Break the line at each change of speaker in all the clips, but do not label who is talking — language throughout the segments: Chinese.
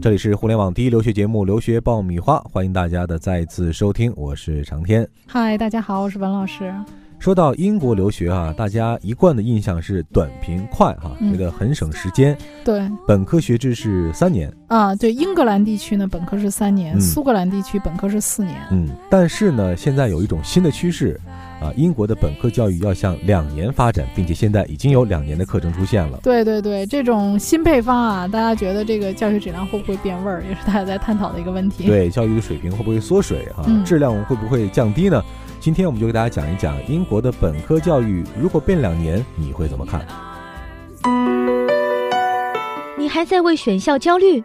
这里是互联网第一留学节目《留学爆米花》，欢迎大家的再次收听，我是长天。
嗨，大家好，我是文老师。
说到英国留学啊，大家一贯的印象是短平快哈、
嗯
觉得很省时间。
对
本科学制是三年，
啊，对，英格兰地区呢，本科是三年；
嗯
苏格兰地区本科是四年。
嗯，但是呢，现在有一种新的趋势啊，英国的本科教育要向两年发展，并且现在已经有两年的课程出现了。
对对对，这种新配方啊，大家觉得这个教学质量会不会变味儿，也是大家在探讨的一个问题。，
对教育的水平会不会缩水啊？
嗯
质量会不会降低呢？今天我们就给大家讲一讲英国的本科教育如果变两年，你会怎么看？
你还在为选校焦虑？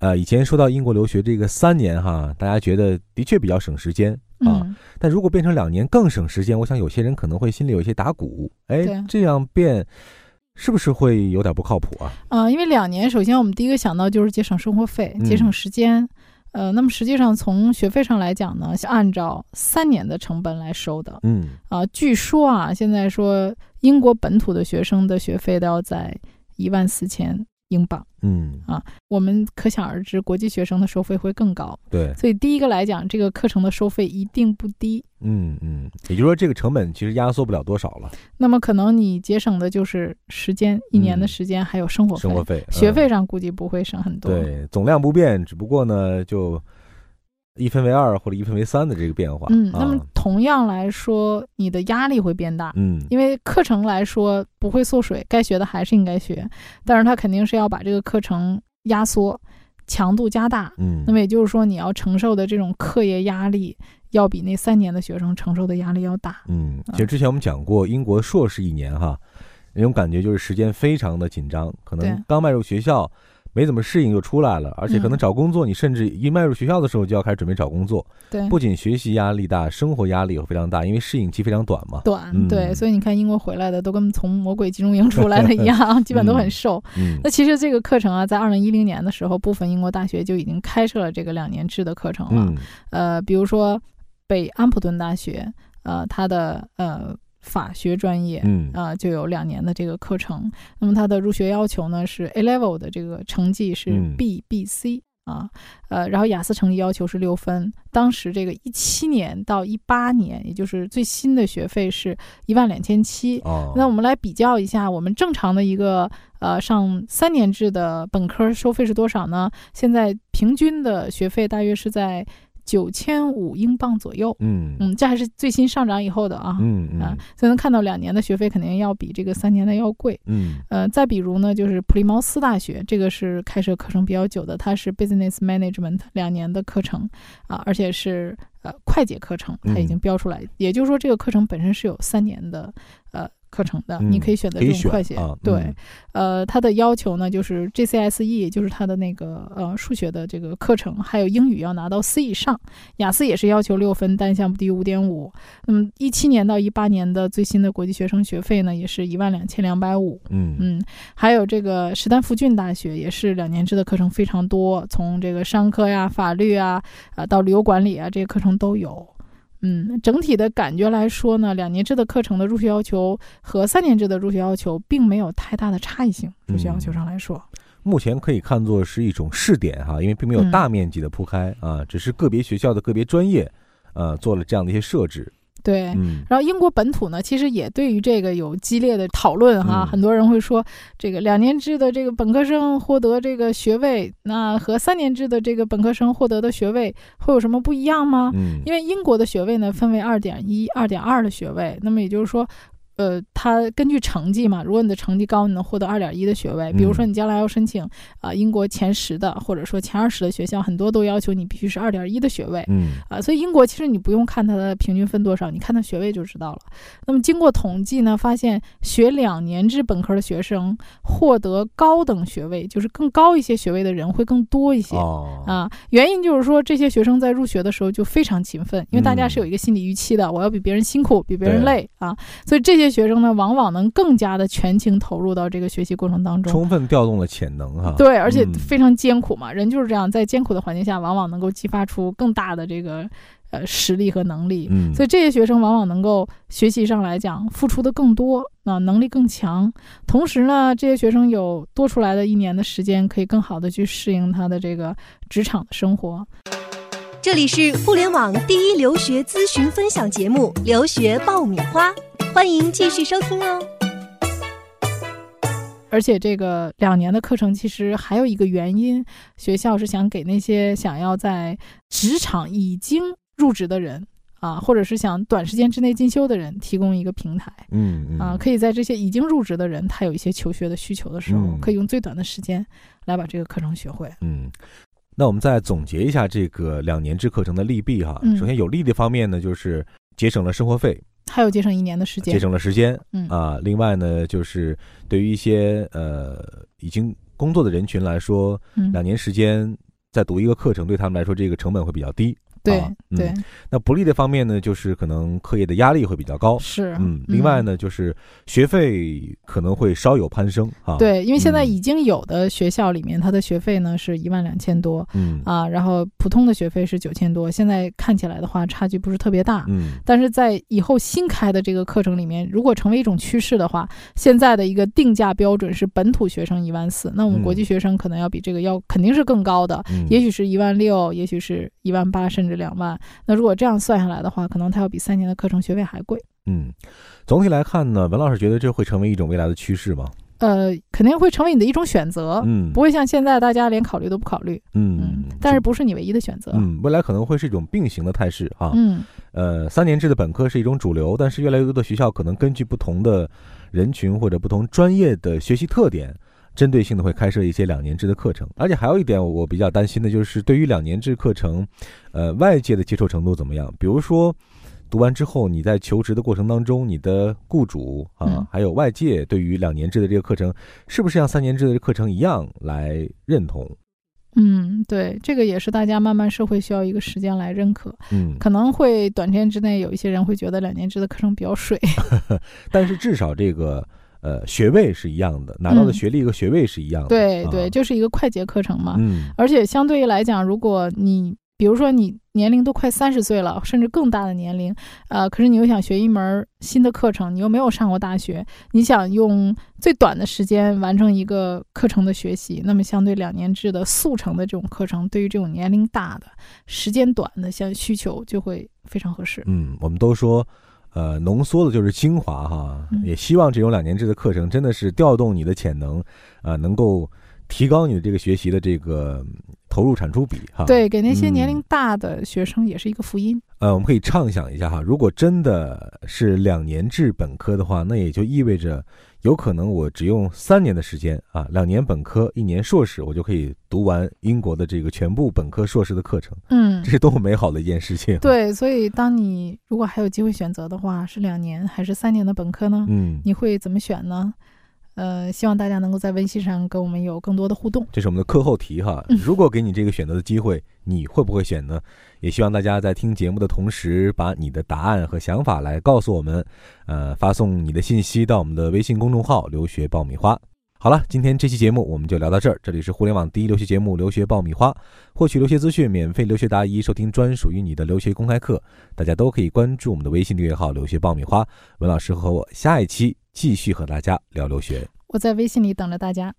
呃，以前说到英国留学这个三年哈，大家觉得的确比较省时间啊，
嗯，
但如果变成两年更省时间，我想有些人可能会心里有一些打鼓，哎
对，
这样变是不是会有点不靠谱啊？
啊，因为两年，首先我们第一个想到就是节省生活费、
嗯
节省时间。呃，那么实际上从学费上来讲呢，是按照三年的成本来收的。
嗯，
啊，据说啊，现在说英国本土的学生的学费都要在一万四千英镑，
嗯，
我们可想而知，国际学生的收费会更高。
对，
所以第一个来讲，这个课程的收费一定不低。
嗯嗯，也就是说这个成本其实压缩不了多少了，
那么可能你节省的就是时间，一年
嗯
的时间，还有生活费。
生活费、
学
嗯
费上估计不会省很多。
对总量不变，只不过呢就一分为二或者一分为三的这个变化。
嗯，
啊
那么同样来说，你的压力会变大。
嗯
因为课程来说不会缩水，该学的还是应该学，但是它肯定是要把这个课程压缩，强度加大。
嗯，
那么也就是说，你要承受的这种课业压力，要比那三年的学生承受的压力要大。
嗯，其实之前我们讲过，英国硕士一年哈，那种感觉就是时间非常的紧张，可能
对
刚迈入学校。没怎么适应就出来了，而且可能
嗯
找工作，你甚至一迈入学校的时候就要开始准备找工作。
对，
不仅学习压力大，生活压力也非常大，因为适应期非常短 嘛。
短、
嗯
对，所以你看英国回来的都跟从魔鬼集中营出来的一样， 基本都很瘦。
嗯
那其实这个课程啊，在二零一零年的时候，部分英国大学就已经开设了这个两年制的课程了。
嗯
呃，比如说北安普顿大学，呃，它的呃法学专业，
嗯
啊、就有两年的这个课程。那么它的入学要求呢是 A level 的这个成绩是
嗯
B、B、C 啊，呃，然后雅思成绩要求是六分。当时这个一七年到一八年，也就是最新的学费是一万两千七。
哦，
呃那我们来比较一下，我们正常的一个呃上三年制的本科收费是多少呢？现在平均的学费大约是在九千五英镑左右。
嗯
嗯，这还是最新上涨以后的啊。
嗯
啊
嗯，
所以能看到两年的学费肯定要比这个三年的要贵。
嗯
呃，再比如呢，就是普利茅斯大学，这个是开设课程比较久的，它是 Business Management 两年的课程啊，而且是呃会计课程，它已经
嗯
标出来，也就是说这个课程本身是有三年的呃课程的，你
嗯
可以选择
可
这
以
种
选
会计。
啊，
对，
嗯
呃，它的要求呢就是 GCSE，就是 E，它的那个呃数学的这个课程，还有英语要拿到 C 以上，雅思也是要求六分，单项不低于五点五。那么一七年到一八年的最新的国际学生学费呢，也是一万两千两百五。
嗯嗯
嗯，还有这个史丹福郡大学也是两年制的课程非常多，从这个商科呀、法律啊、啊、到旅游管理啊这些课程都有。嗯，整体的感觉来说呢，两年制的课程的入学要求和三年制的入学要求并没有太大的差异性，入学要
嗯
求上来说，
目前可以看作是一种试点哈，因为并没有
嗯
大面积的铺开啊，只是个别学校的个别专业，呃，做了这样的一些设置。
对。
嗯
然后英国本土呢，其实也对于这个有激烈的讨论哈，
嗯
很多人会说，这个两年制的这个本科生获得这个学位，那和三年制的这个本科生获得的学位会有什么不一样吗？
嗯
因为英国的学位呢分为二点一、二点二的学位，那么也就是说，呃，它根据成绩嘛，如果你的成绩高，你能获得二点一的学位。比如说你将来要申请啊、英国前十的，或者说前二十的学校，很多都要求你必须是二点一的学位。
嗯
啊，所以英国其实你不用看它的平均分多少，你看它学位就知道了。那么经过统计呢，发现学两年制本科的学生获得高等学位，就是更高一些学位的人会更多一些。
哦
啊，原因就是说这些学生在入学的时候就非常勤奋，因为大家是有一个心理预期的，我要比别人辛苦，比别
对
人累啊，所以这些学生呢，往往能更加的全情投入到这个学习过程当中。
充分调动了潜能哈。
啊对，而且
嗯
非常艰苦嘛，人就是这样，在艰苦的环境下，往往能够激发出更大的这个呃实力和能力。
嗯，
所以这些学生往往能够学习上来讲付出的更多，啊、能力更强。同时呢，这些学生有多出来的一年的时间，可以更好的去适应他的这个职场的生活。
这里是互联网第一留学咨询分享节目《留学爆米花》，欢迎继续收听哦。
而且这个两年的课程，其实还有一个原因，学校是想给那些想要在职场已经入职的人啊，或者是想短时间之内进修的人，提供一个平台。
嗯嗯
啊，可以在这些已经入职的人，他有一些求学的需求的时候，
嗯
可以用最短的时间来把这个课程学会。
嗯，那我们再总结一下这个两年制课程的利弊哈。
嗯
首先有利的方面呢，就是节省了生活费，
还有节省一年的时间，
节省了时间
嗯
啊。另外呢，就是对于一些呃已经工作的人群来说，
嗯，
两年时间再读一个课程，对他们来说这个成本会比较低。
对、
啊嗯
对、
那不利的方面呢，就是可能课业的压力会比较高。
是，啊
嗯，另外。呢，就是学费可能会稍有攀升啊。，
对，因为现在
嗯
已经有的学校里面，它的学费呢是一万两千多
嗯
啊，然后普通的学费是九千多，现在看起来的话差距不是特别大。
嗯
但是在以后新开的这个课程里面，如果成为一种趋势的话，现在的一个定价标准是本土学生一万四，那我们国际学生可能要比这个要肯定是更高的，
嗯，
也许是一万六，也许是一万八，甚至两万。那如果这样算下来的话，可能它要比三年的课程学费还贵。
嗯，总体来看呢，文老师觉得这会成为一种未来的趋势吗？
呃，肯定会成为你的一种选择，
嗯，
哦不会像现在大家连考虑都不考虑。
嗯，
但是不是你唯一的选择。
嗯，未来可能会是一种并行的态势啊。
嗯
呃，三年制的本科是一种主流，但是越来越多的学校可能根据不同的人群或者不同专业的学习特点，针对性的会开设一些两年制的课程。而且还有一点我比较担心的就是，对于两年制课程，呃，外界的接受程度怎么样？比如说。读完之后，你在求职的过程当中，你的雇主啊
嗯，
还有外界对于两年制的这个课程，是不是像三年制的课程一样来认同？
嗯，对，这个也是大家慢慢社会需要一个时间来认可，
嗯，
可能会短时间之内有一些人会觉得两年制的课程比较水。
啊但是至少这个呃学位是一样的，拿到的
嗯
学历和学位是一样的。
对对，
啊
就是一个快捷课程嘛。
嗯
而且相对于来讲，如果你比如说你年龄都快三十岁了，甚至更大的年龄，呃，可是你又想学一门新的课程，你又没有上过大学，你想用最短的时间完成一个课程的学习，那么相对两年制的速成的这种课程，对于这种年龄大的、时间短的像需求就会非常合适。
嗯，我们都说。呃，浓缩的就是精华哈，
嗯
也希望这种两年制的课程真的是调动你的潜能，啊、能够提高你的这个学习的这个嗯投入产出比哈。，
对，给那些年
嗯
龄大的学生也是一个福音。
呃，我们可以畅想一下哈，如果真的是两年制本科的话，那也就意味着有可能我只用三年的时间啊，两年本科，一年硕士，我就可以读完英国的这个全部本科、硕士的课程。
嗯
这，是多么美好的一件事情。，啊
对，所以当你如果还有机会选择的话，是两年还是三年的本科呢？
嗯，
你会怎么选呢？呃，希望大家能够在微信上跟我们有更多的互动。
这是我们的课后题哈
嗯。
如果给你这个选择的机会，你会不会选呢？也希望大家在听节目的同时，把你的答案和想法来告诉我们，呃，发送你的信息到我们的微信公众号“留学爆米花”。好了，今天这期节目我们就聊到这儿。这里是互联网第一留学节目《留学爆米花》，获取留学资讯、免费留学答疑、收听专属于你的留学公开课，大家都可以关注我们的微信订阅号“留学爆米花”。文老师和我下一期继续和大家聊留学。
我在微信里等着大家。